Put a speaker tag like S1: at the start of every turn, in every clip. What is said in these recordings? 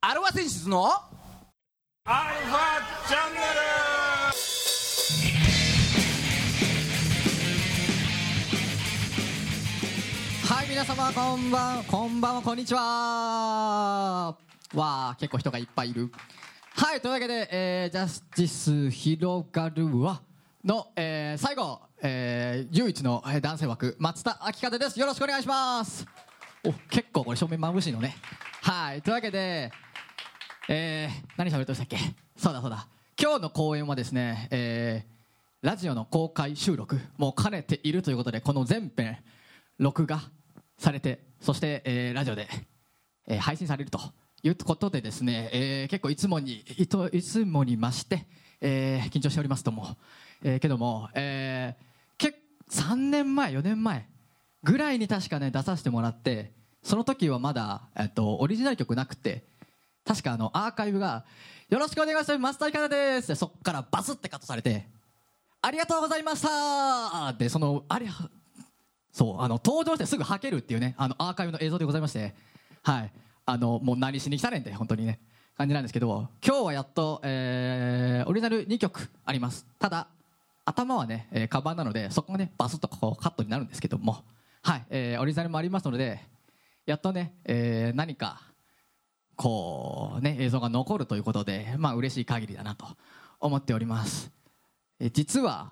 S1: アルファ選出の
S2: アルファチャンネル
S1: はい皆様こんばんこんばんはこんにちはわあ結構人がいっぱいいるはいというわけで、えージャスティス広がるわの、えー最後、えー唯一のえー男性枠松田明風ですよろしくお願いしますお結構これ正面眩しいのねはいというわけでえー、何喋ってましたっけそうだそうだ今日の公演はですね、えー、ラジオの公開収録も兼ねているということでこの全編録画されてそして、えーラジオで、えー配信されるということでですね、えー結構いつもにいといつもに増して、えー緊張しておりますとも、えーけども、えー、け3年前4年前ぐらいに確かね出させてもらってその時はまだ、えっと、オリジナル曲なくて確かあのアーカイブが「よろしくお願いします松田いかです」でそっからバスってカットされて「ありがとうございました」でそのあれそうあの登場してすぐはけるっていうねあのアーカイブの映像でございましてはいあのもう何しに来たねんって本当にね感じなんですけど今日はやっと、えーオリジナル2曲ありますただ頭はね、えーカバンなのでそこがねバスッとこうカットになるんですけどもはい、えーオリジナルもありますのでやっとね、えー何かこうね映像が残るということでまあ嬉しい限りだなと思っておりますえ実は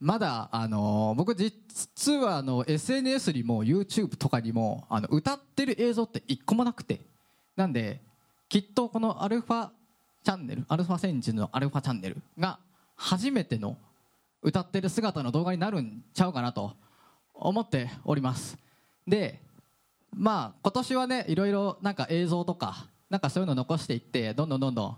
S1: まだあの僕実はあの SNS にも YouTube とかにもあの歌ってる映像って一個もなくてなんできっとこのアルファチャンネルアルファセンチのアルファチャンネルが初めての歌ってる姿の動画になるんちゃうかなと思っておりますでまあ今年はねいろいろなんか映像とかなんかそういうの残していってどんどんどんどん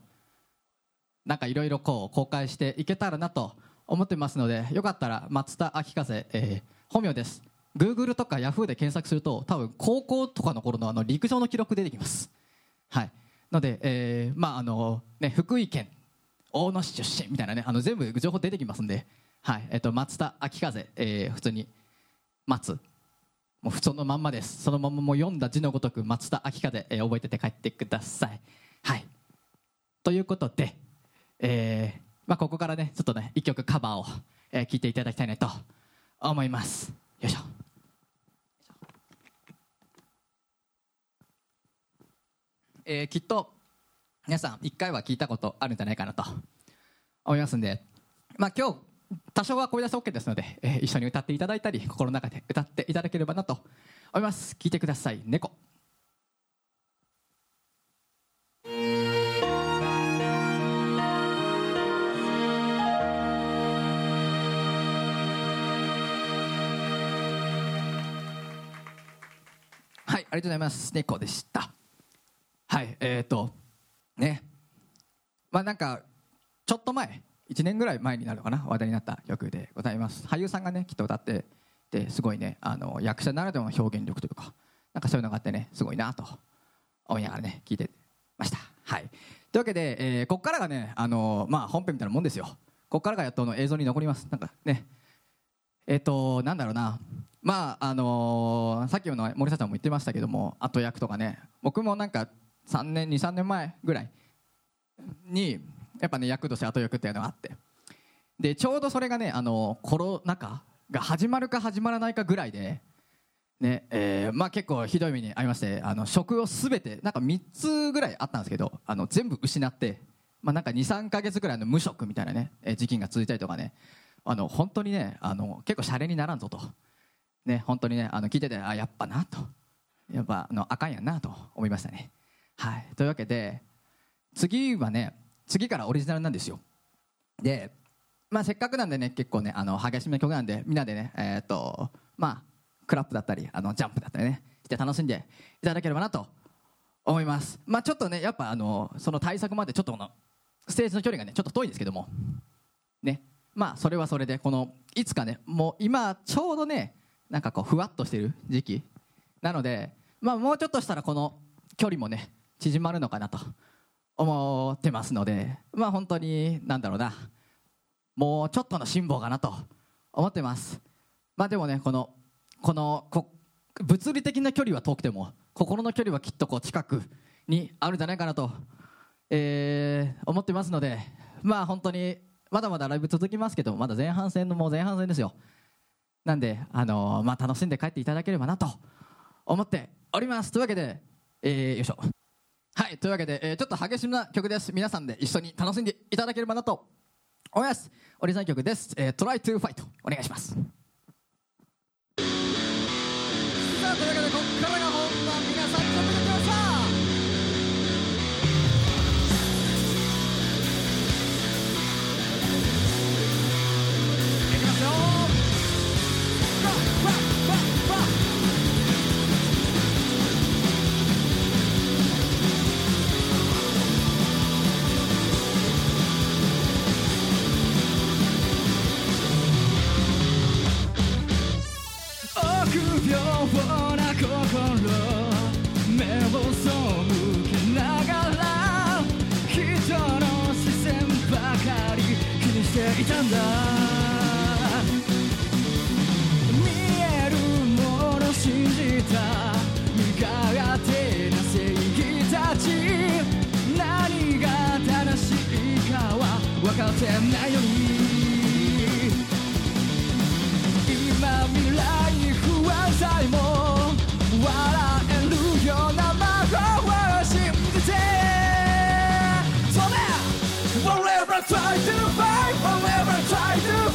S1: なんかいろいろこう公開していけたらなと思ってますのでよかったら松田明風、えー本名です Google とか Yahoo で検索すると多分高校とかの頃のあの陸上の記録出てきますはいので、えーまああのね、福井県大野市出身みたいなねあの全部情報出てきますんで、はいえっと松田明風、えー普通に松もうそのまんまですそのまんまもう読んだ字のごとく松田明風、えー覚えてて帰ってくださいはいということで、えーまあ、ここからねちょっとね一曲カバーを聴、えー聴いていただきたいなと思いますよいしょえーきっと皆さん一回は聞いたことあるんじゃないかなと思いますんで、まあ、今日多少は声出し OK ですので、えー一緒に歌っていただいたり心の中で歌っていただければなと思います聞いてください猫はい、ありがとうございます。猫でした。はい、えっ、ー、と、ね。まあなんか、ちょっと前、1年ぐらい前になるのかな、話題になった曲でございます。俳優さんがね、きっと歌ってて、すごいね、あの役者ならではの表現力というか、なんかそういうのがあってね、すごいなと思いながらね、聞いてました。はい。というわけで、えーここからがね、あのまあ本編みたいなもんですよ。ここからがやっとあの映像に残ります。なんかね、えっ、と、なんだろうな、まあ、あのーさっきの森下さんも言ってましたけども、後役とかね、僕もなんか3年、2、3年前ぐらいに、やっぱね、役として後役っていうのがあって、で、ちょうどそれがね、あのコロナ禍が始まるか始まらないかぐらいで、ねえーまあ、結構ひどい目に遭いましてあの職をすべてなんか3つぐらいあったんですけどあの全部失って、まあ、なんか23か月ぐらいの無職みたいな、ねえー時期が続いたりとかねあの本当にねあの結構シャレにならんぞと、ね、本当にねあの聞いててあやっぱなとやっぱあのあかんやんなと思いましたね。はい、というわけで次はね次からオリジナルなんですよ。で、まあ、せっかくなんでね結構ねあの激しめの曲なんでみんなでねえっ、とまあクラップだったりあのジャンプだったりねして楽しんでいただければなと思いますまあちょっとねやっぱあのその対策までちょっとこのステージの距離がねちょっと遠いんですけどもねまあそれはそれでこのいつかねもう今ちょうどねなんかこうふわっとしてる時期なのでまあもうちょっとしたらこの距離もね縮まるのかなと思ってますのでまあ本当になんだろうなもうちょっとの辛抱かなと思ってますまあでもねこのこのこ物理的な距離は遠くても心の距離はきっとこう近くにあるんじゃないかなと、えー思ってますので、まあ本当に、まだまだライブ続きますけど、まだ前半戦のもう前半戦ですよ。なんで、あのーまあ楽しんで帰っていただければなと思っております。というわけで、えーよいしょ。はい、というわけで、えーちょっと激しめな曲です。皆さんで一緒に楽しんでいただければなと思います。オリジナル曲です。えー、Try to Fight お願いします。さあというわけでここからが本番皆さんよくできましたいきますよわわわわ臆病な心目を背けながら人の視線ばかり気にしていたんだ見えるもの信じた身勝手な正義たち何が正しいかは分かってないのに今未来に不安さえも笑えるような魔法を信じてそうだ Whatever try to fight Whatever try to fight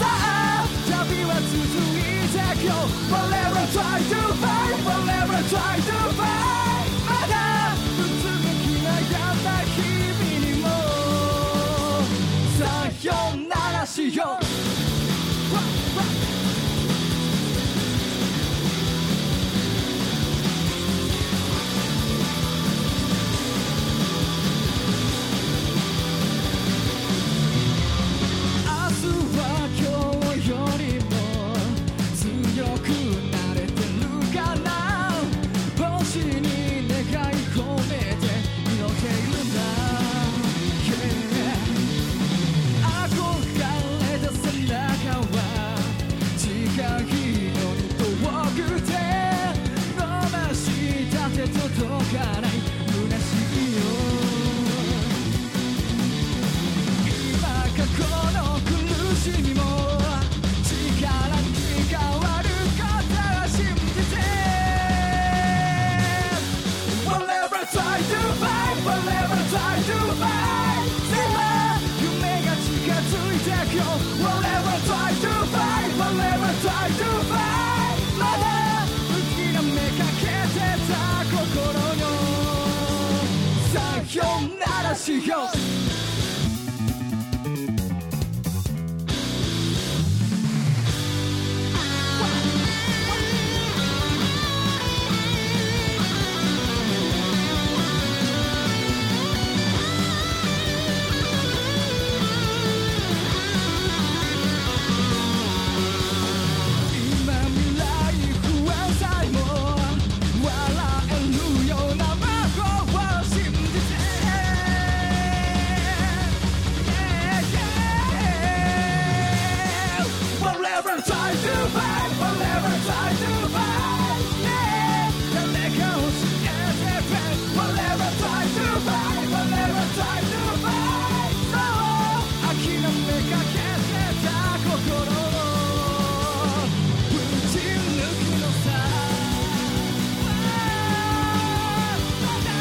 S1: さあ旅は続いて今日 Whatever try to fight Whatever try to fight まだうつむきなやった君にもさよならしよう明日は今日よりも強くなれてるかな星に願い込めて祈っているんだ、Yeah 憧れた背中は近いのに遠くて伸ばしたて届かない虚しいよ今過去の苦しみも力に変わることを信じて Whatever try to fight Whatever try to fight さあ夢が近づいてくよ Whatever try to fight Whatever try to fight まだ浮きなめかけてた心よさよならしよう今未来不安さえも笑えるような魔法を信じて Yeah, yeah. Whatever try to fight Whatever try to fight Yeah 誰か教えてくれ Whatever try to fight Whatever try to fight そう諦めかけてた心をぶち抜くのさまだ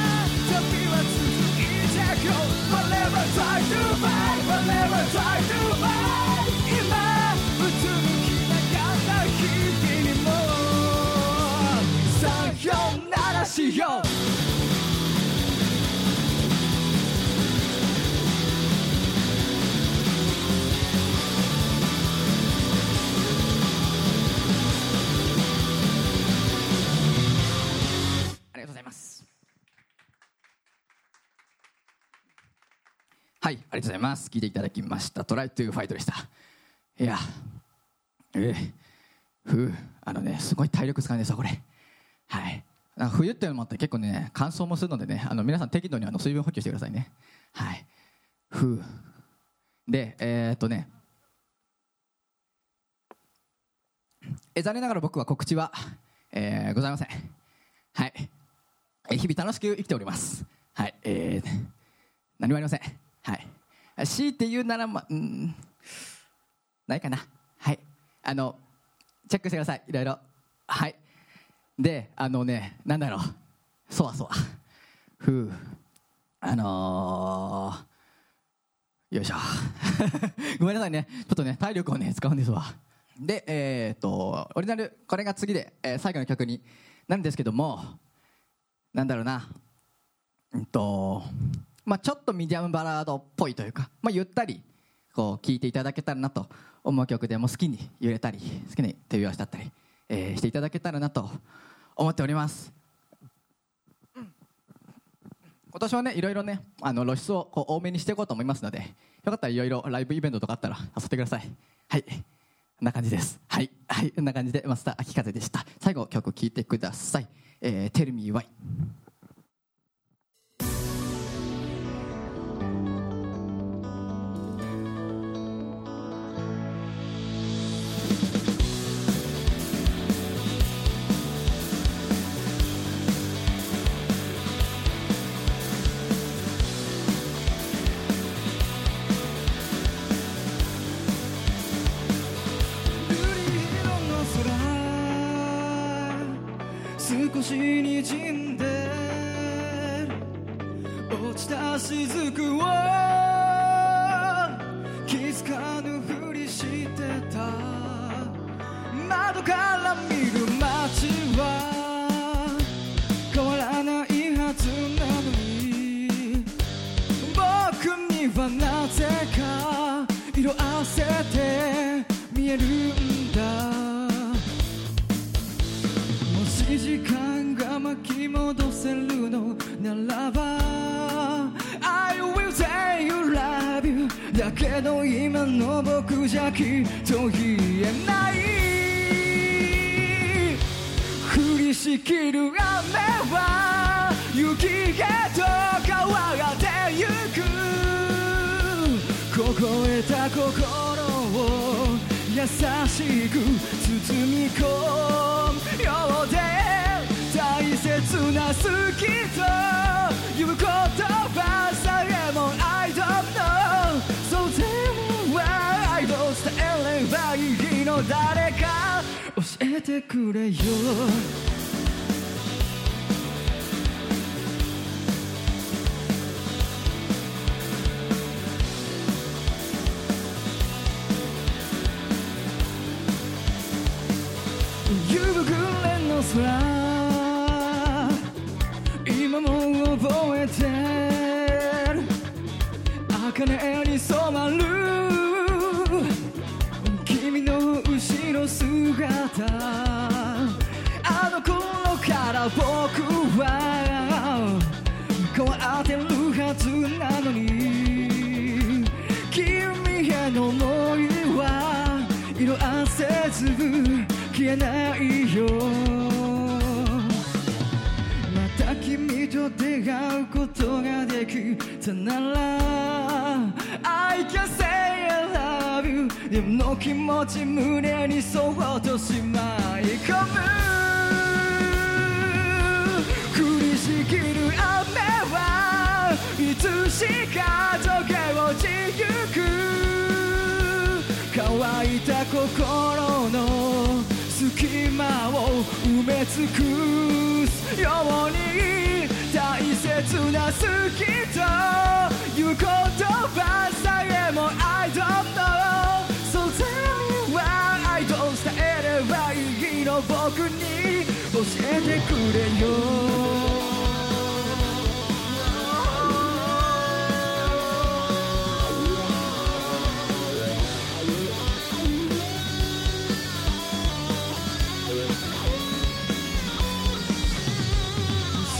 S1: 旅は続いてく Whatever try to fight Whatever try to fight 今うつむきながら日々にもさよならしようありがとうございます。はい、ありがとうございます。聞いていただきました。トライトゥーファイトでした。いや、えーふう、あのね、すごい体力使うんですよ、これ。はい。あ冬っていうのもあって結構ね、乾燥もするのでね、あの皆さん適度にあの水分補給してくださいね。はい。ふう。で、えーっとね、えー残念ながら僕は告知は、えーございません。はい。えー日々楽しく生きておりますはいえー、何もありませんはいあ強いて言うならまうんないかなはいあのチェックしてくださいいろいろはいであのねなんだろうそわそわふうあのーよいしょ ごめんなさいねちょっとね体力をね使うんですわでえっとオリジナルこれが次で、えー最後の曲になるんですけどもなんだろうなうんとまあちょっとミディアムバラードっぽいというか、まあ、ゆったりこう聴いていただけたらなと思う曲でもう好きに揺れたり好きに手拍子だったり、えーしていただけたらなと思っております今年はねいろいろねあの露出をこう多めにしていこうと思いますのでよかったらいろいろライブイベントとかあったら遊んでくださいはいこんな感じですはいはいこんな感じでマスター秋風でした最後曲聴いてください「えー、Tell Me Why」
S3: 緑色の空少し滲んでる落ちた雫を気づかぬふりしてた窓から見る街は変わらないはずなのに僕にはなぜか色あせて見えるんだもし時間が巻き戻せるのならば I will say you love you だけど今の僕じゃきっと言えない降りしきる雨は雪へと変わってゆく凍えた心を優しく包み込むようで大切な好きという言葉さえも I don't know So tell me why I don't stand by いいの誰か教えてくれよ夕暮れの空今も覚えてる茜に染まる君の後ろ姿あの頃から僕は変わってるはずなのに君への思いは色あせず消えないよまた君と出会うことができたなら I can say I love you でも気持ち胸にそっとしまい込む降りしきる雨はいつしか溶け落ちゆく乾いた心の隙間を埋め尽くすように大切な好きという言葉さえも I don't know So tell me why I don't 伝えればいいの僕に教えてくれよ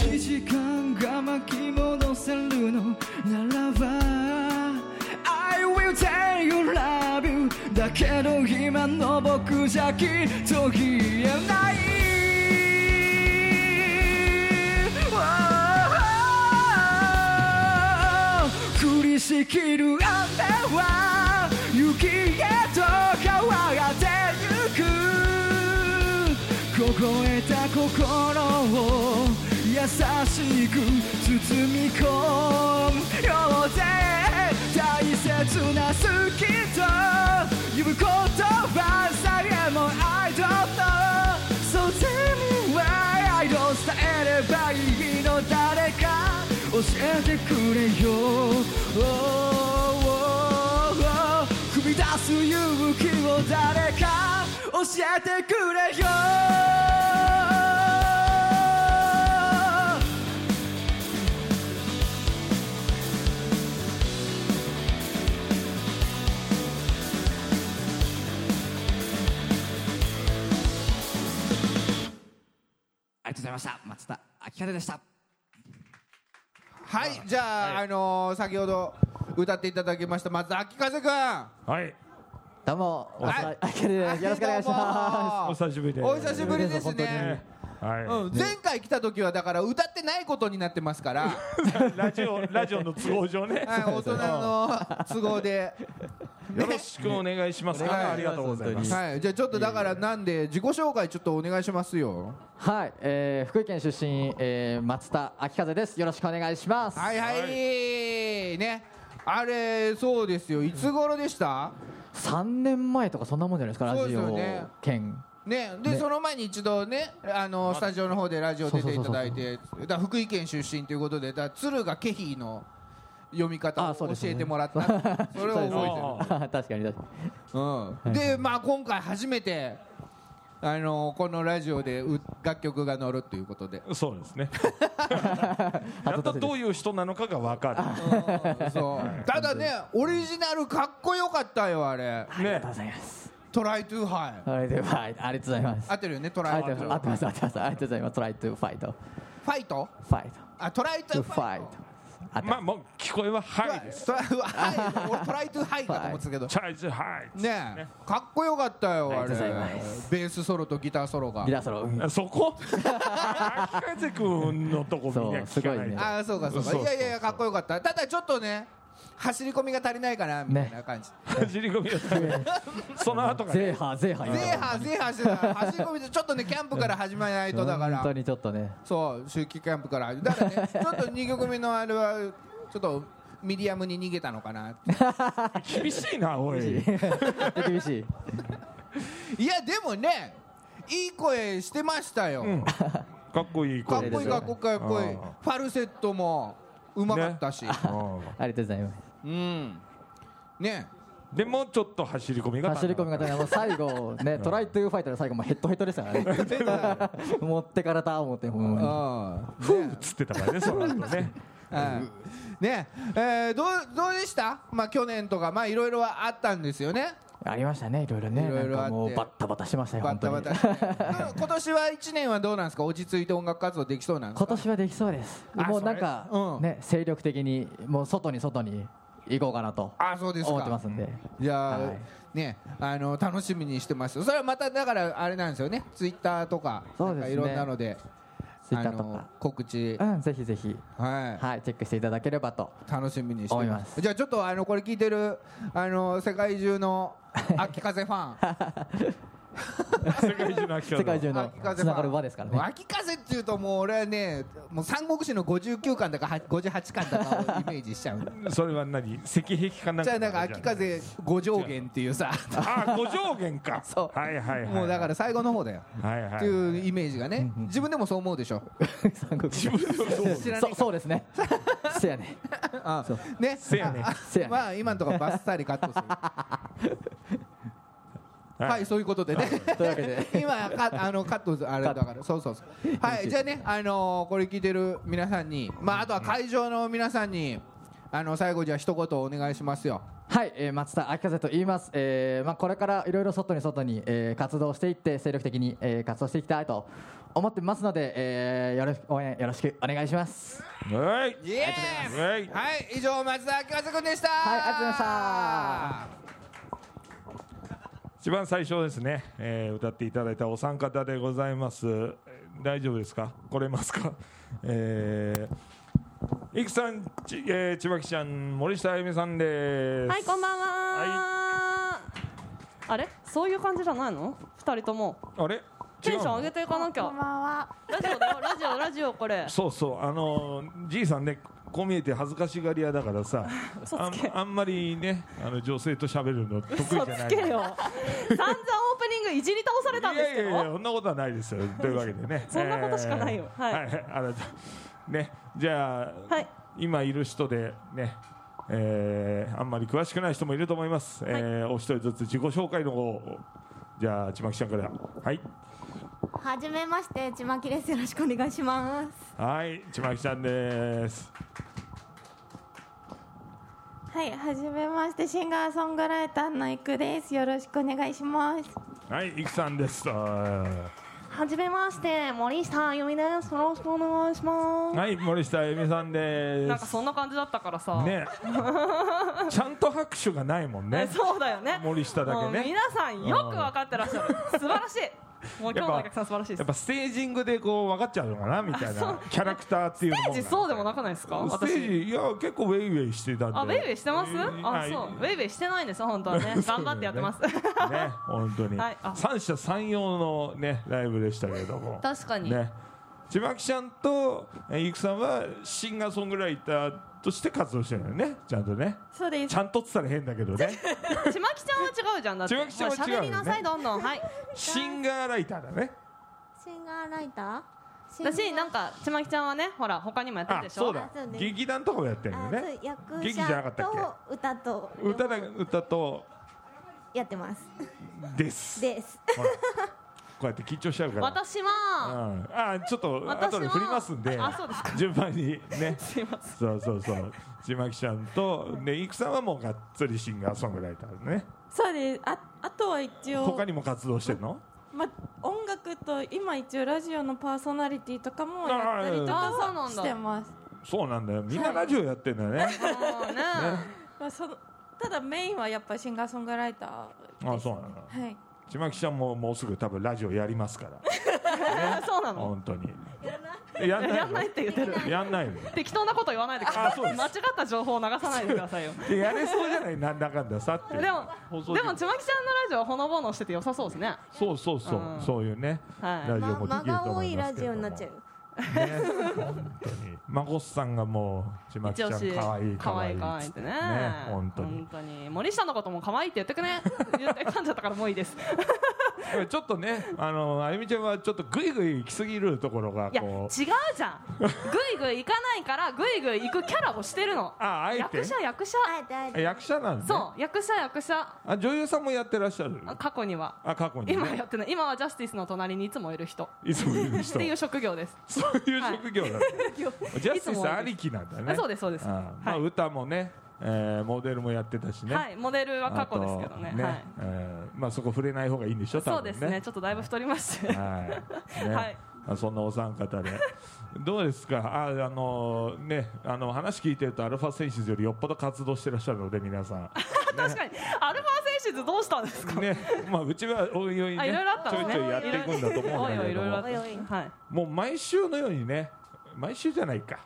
S3: 1時間が巻き戻せるのならば I will tell you love you だけど今の僕じゃきっと言えない Oh 降りしきる雨は雪へと変わってゆく凍えた心を優しく包み込むようで大切な好きと言う言葉さえも I don't know So tell me why I don't 伝えればいいの誰か教えてくれよ Oh, oh, oh 踏み出す勇気を誰か教えてくれよ
S4: ありがとうございました松田明和でした
S5: はいじゃあ、あのー先ほど歌っていただきました松田明風くん
S6: はい、
S1: どうも、お世話
S5: は
S1: あけるですよろしくお願いしま
S6: お久しぶりです。
S5: お久しぶりですね
S6: ね。はい、
S5: うん、前回来た時はだから歌ってないことになってますから、
S6: ラ ジオ、ラジオの都合上ね。
S5: はい、大人の都合で、
S6: よろしくお願いします。
S5: ね
S6: はいありがとうございます。
S5: はい、じゃあちょっとだからなんで自己紹介ちょっとお願いしますよ
S1: す。はい、えー、福井県出身、えー、松田明風です。よろしくお願いします。
S5: はいはい、
S6: はい
S5: ねあれそうですよいつ頃でした
S1: 三年前とかそんなもんじゃないですか、
S5: そ
S1: ラ
S5: うで
S1: ジ
S5: すよ
S1: オ
S5: ね
S1: 県。
S5: ねで
S1: ね
S5: その前に一度ねあのスタジオの方でラジオ出ていただいてだから福井県出身ということでだから鶴がケヒの読み方を
S1: あそう
S5: 教
S1: ですね
S5: えてもらったそ,、れを覚えてる
S6: あ
S1: 確かに確かに。
S5: うん、で、まあ、今回初めて、あのこのラジオでう楽曲が乗るということ で、
S6: あそう ですね。やっとどういう人なのかがわか
S5: そうただねオリジナルかっこよかったよあれ
S6: る。ね
S1: ありがとう、ございます。
S5: 「トライトゥーハイ
S1: ありがとうございます。ありがとうございます。」
S5: 合ってるよね「ト
S1: あ
S5: ライ
S1: り
S5: ト
S1: が
S5: ゥ
S1: と
S5: ー
S1: う
S5: ハ
S1: ご
S5: イ
S1: ざいます。ありがとうございます。ありがとうございます。
S5: フ
S1: try to fight, fight,
S5: ァイト
S1: fight,
S5: あトライトゥ
S1: to
S5: ーファイ
S1: fight.
S5: ト
S1: あった
S6: まあ、もう聞こえははいです。
S5: トライトゥーハイ俺トライトゥーハイかと思ってたけど
S6: チャイズはい。
S5: ねえかっこよかったよあ
S1: あ
S5: れ
S1: りがとうございます
S5: ベースソロとギターソロが
S1: ギターソロ。うん
S6: あそこ秋風君のとこみんな聞かないと
S1: そうすごいね
S5: ああそうかそうか
S6: そう
S5: いやいやいやかっこよかったただちょっとね走り込みが足りないかなみたいな感じ
S6: 走り込みだったその後がね
S1: ゼーハー、ゼーハー言い
S5: ゼー
S1: ました。
S5: ハーゼーハーしてた走り込みでちょっとねキャンプから始まらないとだか
S1: 本当
S5: ら
S1: にちょっとね。
S5: そう秋季キャンプからだから ねちょっと2曲目のあれはちょっとミディアムに逃げたのかなって
S6: 厳しいなおい
S1: 厳しい。
S5: いやでもねいい声してましたよ、
S6: んかっこいい
S5: か
S6: 声
S5: っ
S6: で
S5: こいい
S6: す
S5: か
S6: よ
S5: っこいいかっこいい
S6: うん
S5: ファルセットもうまかったし、
S6: う
S1: ありがとうございます。
S5: うん ね
S6: んでもうちょっと走り込みが
S1: 走り込み方がもう最後ね、トライトゥーファイトの最後もヘッドヘッドでしたからね。 持ってかれた思ってほんまに。
S5: あ
S6: ふうっつってたからねその後ね
S5: ねえーどうどうでした、まあ、去年とかまあいろいろはあったんですよね
S1: ありましたね、いろいろね。
S5: いろ
S1: ないん
S5: ろあっ
S1: か
S5: て
S1: もうバッタバタしましたよ、
S5: バ
S1: 本
S5: タ
S1: 当
S5: バ
S1: に
S5: タ。してうん今年は1年はどうなんですか落ち着いて音楽活動できそうなんですか
S1: 今年はできそうです。
S5: あ
S1: もうなんか
S5: それうん
S1: ね、精力的にもう外に外に行こうかなと
S5: あそうですか
S1: 思ってますんで。
S5: じゃあ、
S1: はい
S5: ねあの楽しみにしてますそれはまただからあれなんですよねツイッターとか
S1: そうですね
S5: なんかいろんなので
S1: ツイッタ
S5: あ
S1: ーと
S5: の
S1: か。
S5: 告知、
S1: うん、ぜひぜひ、
S5: はい
S1: はい、チェックしていただければと。
S5: 楽しみにして
S1: 思い
S5: ま
S1: ますす
S5: じゃあちょっとあのこれ聞いてるあの世界中 の秋風ファン
S6: 世界中の秋風
S1: 世界中の
S5: 秋風ファン
S1: つながる輪ですからね。
S5: 秋風っていうともう俺はねもう三国志の59巻だかは58巻だかをイメージしちゃ うんだ
S6: それは何石壁かなんか
S5: じゃあなんか秋風五条弦っていうさ
S6: あ五条弦か
S5: そう
S6: はいはいはい
S5: もうだから最後の方だよ
S6: はいはい
S5: っていうイメージがね自分でもそう思うでしょ
S1: 三国志
S5: 知らない
S1: そうそうで すね。せやね。
S5: あ
S1: そう
S5: ね
S6: せや ね
S5: あ
S1: せやね
S5: まあ今のところバッサリカットす るはい、
S6: はい
S5: そういうこと でね
S1: というわけで。
S5: 今かあのカットあれだからそうそうそうはいじゃあねあのーこれ聞いてる皆さんにまああとは会場の皆さんにあの最後じゃあ一言お願いしますよ
S1: はい、えー松田明風と言います、えーまあ、これからいろいろ外に外に、えー活動していって精力的に、えー活動していきたいと思ってますので、えーよろし応援よろしくお願いします
S6: はい
S5: イエーイ
S6: はい
S5: はい以上松田明和君でした
S1: はいありがとうございました
S6: 一番最初ですね、えー歌っていただいたお三方でございますえー大丈夫ですか来れますか、 えー、いくさんち、えー、千葉記者ん森下あゆみさんです
S7: はい、こんばんは、あれそういう感じじゃないの二人とも
S6: あれ
S7: テンション上げていかなきゃ
S8: こんばんは。
S7: ラジオだよラジオラジオこれ
S6: そうそうあのじいさんねこう見えて恥ずかしがり屋だからさ
S7: 嘘
S6: あ
S7: つけ
S6: んあんまりねあの女性と喋るの得意じゃ
S7: 嘘
S6: な
S7: つ
S6: い
S7: けよ散々オープニングいじり倒されたん
S6: い
S7: です
S6: やいや
S7: けど
S6: いやそんなことはないですよというわけでね
S7: そんなことしかないよ
S6: えー
S7: はい
S6: あのねじゃあ、
S7: はい
S6: 今いる人でねえーあんまり詳しくない人もいると思います、えーお一人ずつ自己紹介の方をじゃあちまきちゃんからはい
S8: はじめまして、ちまきです。よろしくお願いします。
S6: はいちまきちゃんです
S8: はい、はじめまして、シンガーソングライターのいくです。よろしくお願いします。
S6: はいいくさんですあー
S8: はじめまして、森下あゆみです。よろしくお願いします。
S6: はい、森下あゆみさんで
S7: なんか
S6: す。
S7: そんな感じだったからさ、
S6: ね、ちゃんと拍手がないもん
S7: え
S6: ね。
S7: そうだよね
S6: 森下だけね
S7: もう皆さんよく分かってらっしゃる素晴らしいもう今日のお客さん素晴らしいで
S6: や
S7: す
S6: っぱステージングでこう分かっちゃうのかなみたいなキャラクターっていう
S7: ステージそうでもな
S6: く
S7: くないですか
S6: ステ
S7: 私
S6: ージいや結構ウェイウェイしてたんで。
S7: あウェイウェイしてます
S6: えー
S7: あそうウェイウェイしてないんです本 当はね頑張ってやってます
S6: ね、本当に
S7: はいあ
S6: 三者三様のねライブでしたけれども。
S7: 確かに
S6: ね、千葉きちゃんとえーゆくさんはシンガーソングライターとして活動してるのよね、ちゃんとね。
S8: そうで
S6: ち。ゃんとっつったら変だけど ね。
S7: ちまきちゃんは違うじゃんだって
S6: ちまきちゃんは違うよね
S7: ほら喋りなさいどんどんはい
S6: シンガーライターだね。
S8: シンガーライター
S7: 私なんかちまきちゃんはねほら他にもやってる
S6: あ
S7: でしょ
S6: そうだ
S8: あそうね
S6: 劇団とかもやってるんだよね
S8: 役
S6: 劇じゃなかったっ
S8: と歌と
S6: 歌だ歌と
S8: やってます。
S6: です
S8: です。
S6: ほらこうやって緊張しちゃうから
S7: 私は
S6: うんあちょっと
S7: 私は
S6: 後で振りますんで
S7: あそうですか
S6: 順番にね
S7: すいません
S6: そうそうそうちまきちゃんとでいくさんはもうがっつりシンガーソングライターね
S9: そうですああとは一応
S6: 他にも活動してるの
S9: ま、音楽と今一応ラジオのパーソナリティとかもやったりとか
S7: あーそうな
S9: は
S7: んだ
S9: してます
S6: そうなんだよみんなラジオやってんだよね、
S7: もうね
S9: まあ、そのただメインはやっぱシンガーソングライターです
S6: あそうなの
S9: はい
S6: ちまきちゃんももうすぐ多分ラジオやりますから
S7: そうなの
S6: 本当にやんない
S7: やんないって言ってる
S6: のやんないの
S7: 適当なこと言わないでくだ
S6: あ
S7: さ
S6: そうで
S7: い
S6: す
S7: 間違った情報を流さないでくださいよ
S6: でやれそうじゃないなんだかんださって
S7: で
S6: いう
S7: もでも
S6: 放
S7: ち
S6: 送
S7: ま
S6: で
S7: きちゃんのラジオはほのぼのしてて良さそうですね
S6: そうそうそう、
S7: うん
S6: そういうね、
S7: はい
S6: ラジオ
S8: ま
S6: もで
S8: 間
S6: きると
S8: が多
S6: 思い
S8: い
S6: ま
S8: ラ
S6: すけ
S8: ジ
S6: ども
S8: オになっちゃう。
S6: ね、本当に孫さんがもうちまきち
S7: 一
S6: ゃん
S7: 押し
S6: 可愛い
S7: 可
S6: 可愛
S7: 愛い
S6: い
S7: 可愛いってね
S6: ね本当に
S7: 森下のことも可愛いって言ってくね言って噛んじゃったからもういい です
S6: ちょっとねあのあゆみちゃんはちょっとグイグイ行き過ぎるところが
S7: いや違
S6: こ
S7: う
S6: う
S7: じゃんぐいぐい行かないからぐいぐい行くキャラをしてるの
S6: ああえて
S7: 役者役者
S8: あえてあえ
S6: あ
S8: て。
S6: 役者なんですね
S7: そう役者役者
S6: あ女優さんもやってらっしゃる
S7: 過去には
S6: あ過去に、ね、
S7: 今やってない今はジャスティスの隣にいつもいる人っ
S6: いつもいる人
S7: ていう職業です
S6: そういう職業なんだ、ジャスティ
S7: いつ
S6: ス
S7: もいる
S6: ありきなんだね
S7: あそうですそうです
S6: あまあ、
S7: はい
S6: 歌もね、えーモデルもやってたしね、
S7: はいモデルは過去ですけど
S6: あ
S7: ね
S6: とね
S7: はい
S6: えーまあそこ触れない方がいいんでしょ
S7: そ
S6: 多
S7: うで
S6: 分
S7: すねちょっとだいぶ太りまして
S6: はい、ね
S7: はい
S6: まあそんなお三方でどうですかああのねあの話聞いてるとアルファ選手よりよっぽど活動してらっしゃるので皆さん
S7: 確かにアルファ選手図どうしたんですか
S6: ねまあうちはおいおい,、
S7: あい
S6: ね
S7: ろいろあった
S6: ちょい
S7: のね
S6: ちょいやっていくんだと思うんだ
S7: おいおい
S6: け
S7: い
S6: ど
S7: ろいろあ
S6: も
S7: った
S8: おいおい
S7: はい
S6: もう毎週のようにね毎週じゃないか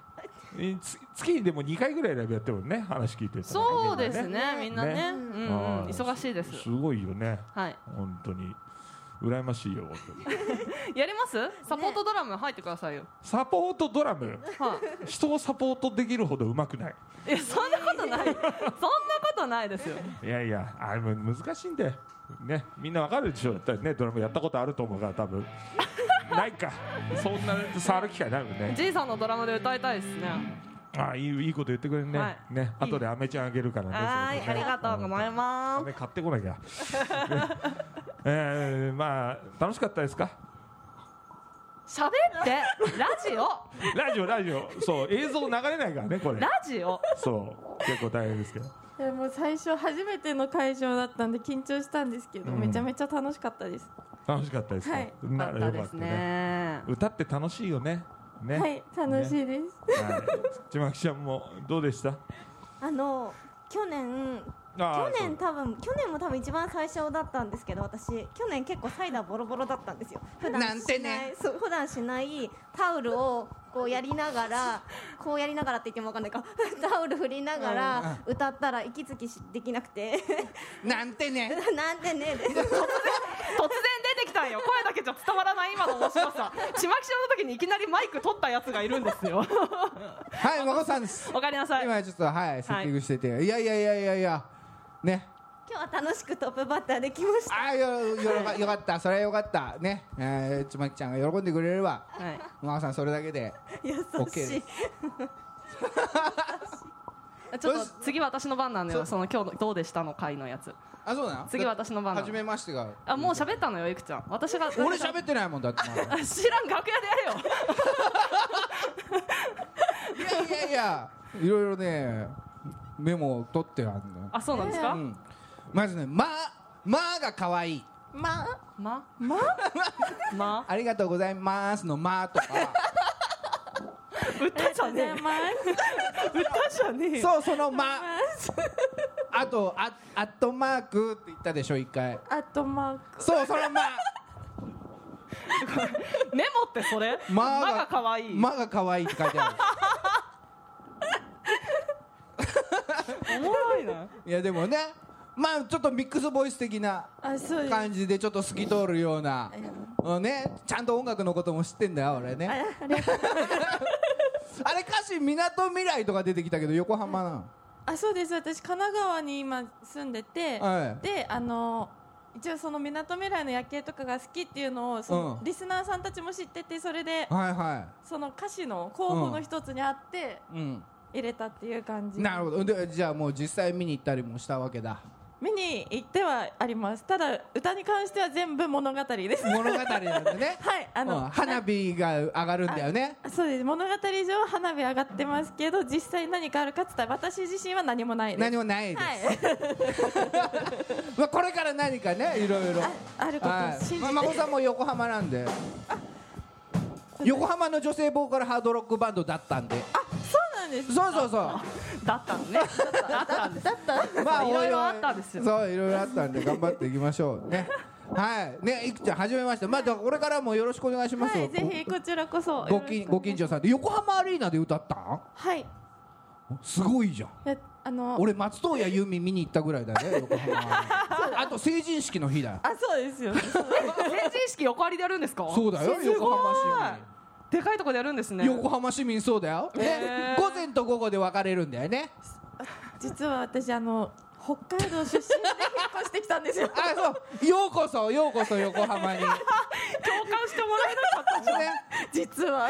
S6: えつ月にでも2回ぐらいライブやってるもんね話聞いてるとね
S7: そうです
S6: みんな
S7: ねみんなね
S6: ね
S7: うんうん
S6: あー
S7: 忙しいです
S6: すごいよね
S7: はい
S6: 本当に羨ましいよ本当に
S7: やりますサポートドラム入ってくださいよ
S6: サポートドラム
S7: は
S6: 人をサポートできるほどうまくない
S7: いいやそんなことないそんなことないですよ
S6: いやいやあれも難しいんだよねみんなわかるでしょだってねドラムやったことあると思うから多分 ないかそんな触る機会ないもんね
S7: じいさんのドラムで歌いたいですね
S6: ああいいいいこと言ってくれるね、
S7: はい
S6: ね後でアメちゃんあげるからね
S7: はい
S6: そ
S7: あ
S6: れ
S7: り
S6: ね
S7: がとうございま
S6: アメ買ってこなきゃ、 えー、まあ楽しかったですか
S7: す喋ってラジオ
S6: ラジオラジオそう映像流れないからねこれ
S7: ラジオ
S6: そう結構大変ですけど
S9: いやもう最初初めての会場だったんで緊張したんですけど、
S6: うん
S9: めちゃめちゃ楽しかったです
S6: 楽しかったですか、
S9: はい
S6: な
S7: だ
S6: らよか
S7: ったで
S6: っ
S7: す
S6: たね
S7: ね
S6: 歌って楽しいよねね
S9: はい楽しいです、
S6: はいちまきちゃんもどうでした
S8: あの去年
S6: あ
S8: 去
S6: ー
S8: 年多分去年も多分一番最初だったんですけど私去年結構サイダーボロボロだったんですよ普段
S5: なんて
S8: し
S5: ね
S8: ないそう普段しないタオルをこうやりながらこうやりながらって言ってもわかんない かタオル振りながら歌ったら息継ぎしできなくて
S5: なんてね。
S8: なんでねで
S7: 突然出てきたんよ声だけじゃ伝わらない今の面白さちまきしろの時にいきなりマイク取ったやつがいるんです よ
S5: はい和子さんです
S7: おかえりなさい
S5: 今ちょっとはいセッティングしてて、い、やいやいやいやいやね
S8: 今日は楽しくトップバッターできました
S5: あーよよろがよかったそれはよかったねえーちまきちゃんが喜んでくれれば
S7: はい
S5: 和子さんそれだけで
S8: 優
S5: オッケー
S8: し
S5: で
S8: い
S5: す
S7: ちょっと次私の番なの
S5: そ
S7: よ
S5: う
S7: その今日のどうでしたの回のやつ
S5: あそうなの
S7: 次私の番な
S5: 初
S7: の
S5: めましてが
S7: あもう喋ったのよいくちゃん私が
S5: 俺喋ってないもんだってまだ
S7: あ知らん楽屋でやれよ
S5: いやいやいやいろいろねメモを取ってあるんだよ
S7: あそうなんですか、
S5: うんまずね「ま」「ま」が可愛い
S8: まあ
S7: ままま
S5: ありがとうございます」の「ま」とか
S7: 歌じゃね
S9: ま
S7: え 歌じゃねえよ
S5: そうその「ま」あとあ「アットマーク」って言ったでしょ一回
S9: あとマーク
S5: そうその「ま」
S7: メモってそれ
S5: 「
S7: まが可愛い
S5: ま」が可愛いって書いてある
S7: おもろいない
S5: やでもねまあちょっとミックスボイス的な
S9: あそうです
S5: 感じでちょっと透き通るような、うんね、ちゃんと音楽のことも知ってんだよ俺ね あれ歌詞「みなとみらい」とか出てきたけど横浜なの
S9: あそうです私神奈川に今住んでて、
S5: はい
S9: であの一応そのみなとみらいの夜景とかが好きっていうのをその、
S5: うん
S9: リスナーさんたちも知っててそれで
S5: はいは
S9: その歌詞の候補の一つにあって
S5: い、うん、
S9: 入れたっていう感じ、
S5: なるほどでじゃあもう実際見に行ったりもしたわけだ
S9: 見に行ってはありますただ歌に関しては全部物語です
S5: 物語なんでね
S9: はいあの、
S5: うん花火が上がるんだよね
S9: そうです物語上花火上がってますけど実際何かあるかって言ったら私自身は何もないです
S5: 何もないです、
S9: はい、
S5: まあ、これから何かねいろいろ
S9: あることを
S5: はい
S9: 信じて、
S5: まあ、孫さんも横浜なんで横浜の女性ボーカルハードロックバンドだったんで
S9: そうなんです
S5: そうそうそう
S7: だったのねだったんです
S5: ま
S7: いろいろあったんですよ
S5: そう、いろいろあったんで、頑張っていきましょうね。はい、ね、いくちゃん、初めまして、まあ、だからこれからもよろしくお願いします。
S9: はいぜひこちらこそ
S5: ご近、ご近所さんで、横浜アリーナで歌ったん。
S9: はい
S5: すごいじゃん。
S9: やあの
S5: 俺、松任谷由実見に行ったぐらいだ ね、横浜アリーナ。あと、成人式の日だよ。
S9: あそうですよ
S7: 成人式横ありでやるんですか
S5: そうだよ、
S7: すごい
S5: 横浜
S7: でかいとこでやるんです
S5: 市
S7: ね
S5: 民。横浜市民、そうだよ。ね
S7: へ、ー
S5: 午前と午後で分かれるんだよね。
S9: 実は私あの北海道出身で引っ越してきたんですよ
S5: あ、そう、ようこそ、ようこそ、横浜 に。ね、
S7: 共感してもらえなかったじゃん
S9: 実は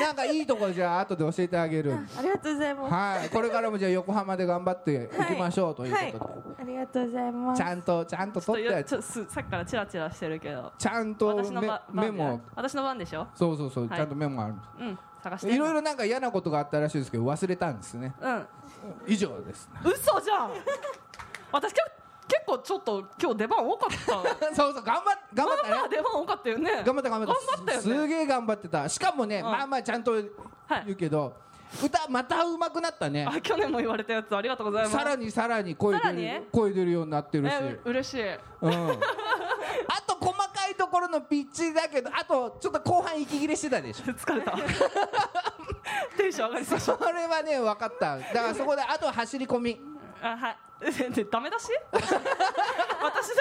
S5: なんかいいとこ、じゃあ、後で教えてあげるんで。
S9: ありがとうございます
S5: はい、これからもじゃあ横浜で頑張っていきましょうということで、
S9: ありがとうございます
S5: ちゃんとちゃんと
S7: ちょっと
S5: 取って
S7: よちょっとすさっきからチラチラしてるけど
S5: ちゃんと
S7: 私
S5: メ
S7: のば
S5: メ
S7: 番じゃない
S5: モ
S7: 私の番でしょ
S5: そうそうそう、
S7: はい
S5: ちゃんとメモある
S7: うん探して
S5: いろいろなんか嫌なことがあったらしいですけど忘れたんですね
S7: うん
S5: 以上です
S7: 嘘じゃん私結結構ちょっと今日出番多かったま
S5: そうそう頑張っ頑張っ
S7: あまあ
S5: たね
S7: 出番多かったよね
S5: 頑張った頑張った
S7: 頑張ったよ
S5: す
S7: ね
S5: すげえ頑張ってたしかもね、
S7: ん
S5: まあまあちゃんと
S7: はい
S5: 言うけど、歌また上手くなったね
S7: あ去年も言われたやつありがとうございます
S5: さらにさらに声出
S7: さら
S5: る
S7: に
S5: 声出るようになってるし、
S7: えう嬉しい
S5: うん、あと細かいところのピッチだけどあとちょっと後半息切れしてたで しょ
S7: 疲 れたテンション上がりまし
S5: それはね分かっただからそこであと走り込み
S7: たあはい えでダメ出し私だ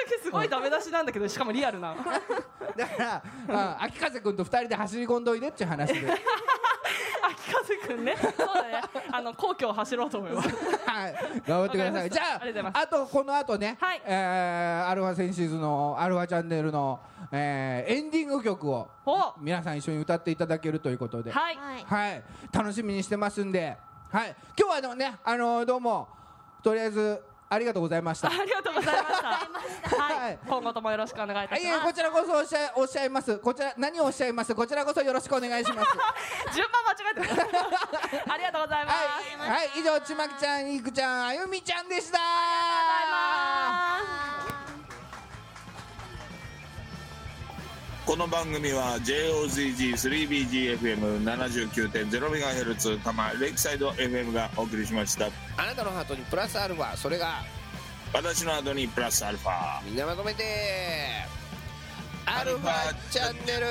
S7: けすごいダメ出しなんだけどしかもリアルな
S5: だから、うん、秋風君と二人で走り込んどいでっていう話で
S7: 秋風くんねそうだねあの皇居を走ろうと思います
S5: はい頑張ってください
S7: わかりました
S5: じゃ
S7: ありがとうございま
S5: ああとこの後ね、
S7: はい
S5: えーアルファセンシーズのアルファチャンネルの、えーエンディング曲を
S7: おは
S5: 皆さん一緒に歌っていただけるということで
S7: い
S8: はい
S5: はい、楽しみにしてますんで、はい、今日はあのね、あのどうも、とりあえずありがとうございました。
S7: ありがとうございました
S5: は
S7: はいい今後ともよろしくお願いいた
S5: はい、
S7: し
S5: いえ
S7: ま
S5: こ
S7: す
S5: ちらこそおっしゃいおっしゃいます。こちら何をおっしゃいます。こちらこそよろしくお願いし ます。
S7: 順番間違えてる ありがとうございます
S5: はい、はい、以上ちまきちゃん、いくちゃん、あゆみちゃんでした。
S2: この番組は JOZG3BGFM79.0MHz 多摩レイクサイド FM がお送りしました
S10: あなたのハートにプラスアルファそれが
S2: 私のアドにプラスアルファ
S10: みんなまとめてアルファチャンネル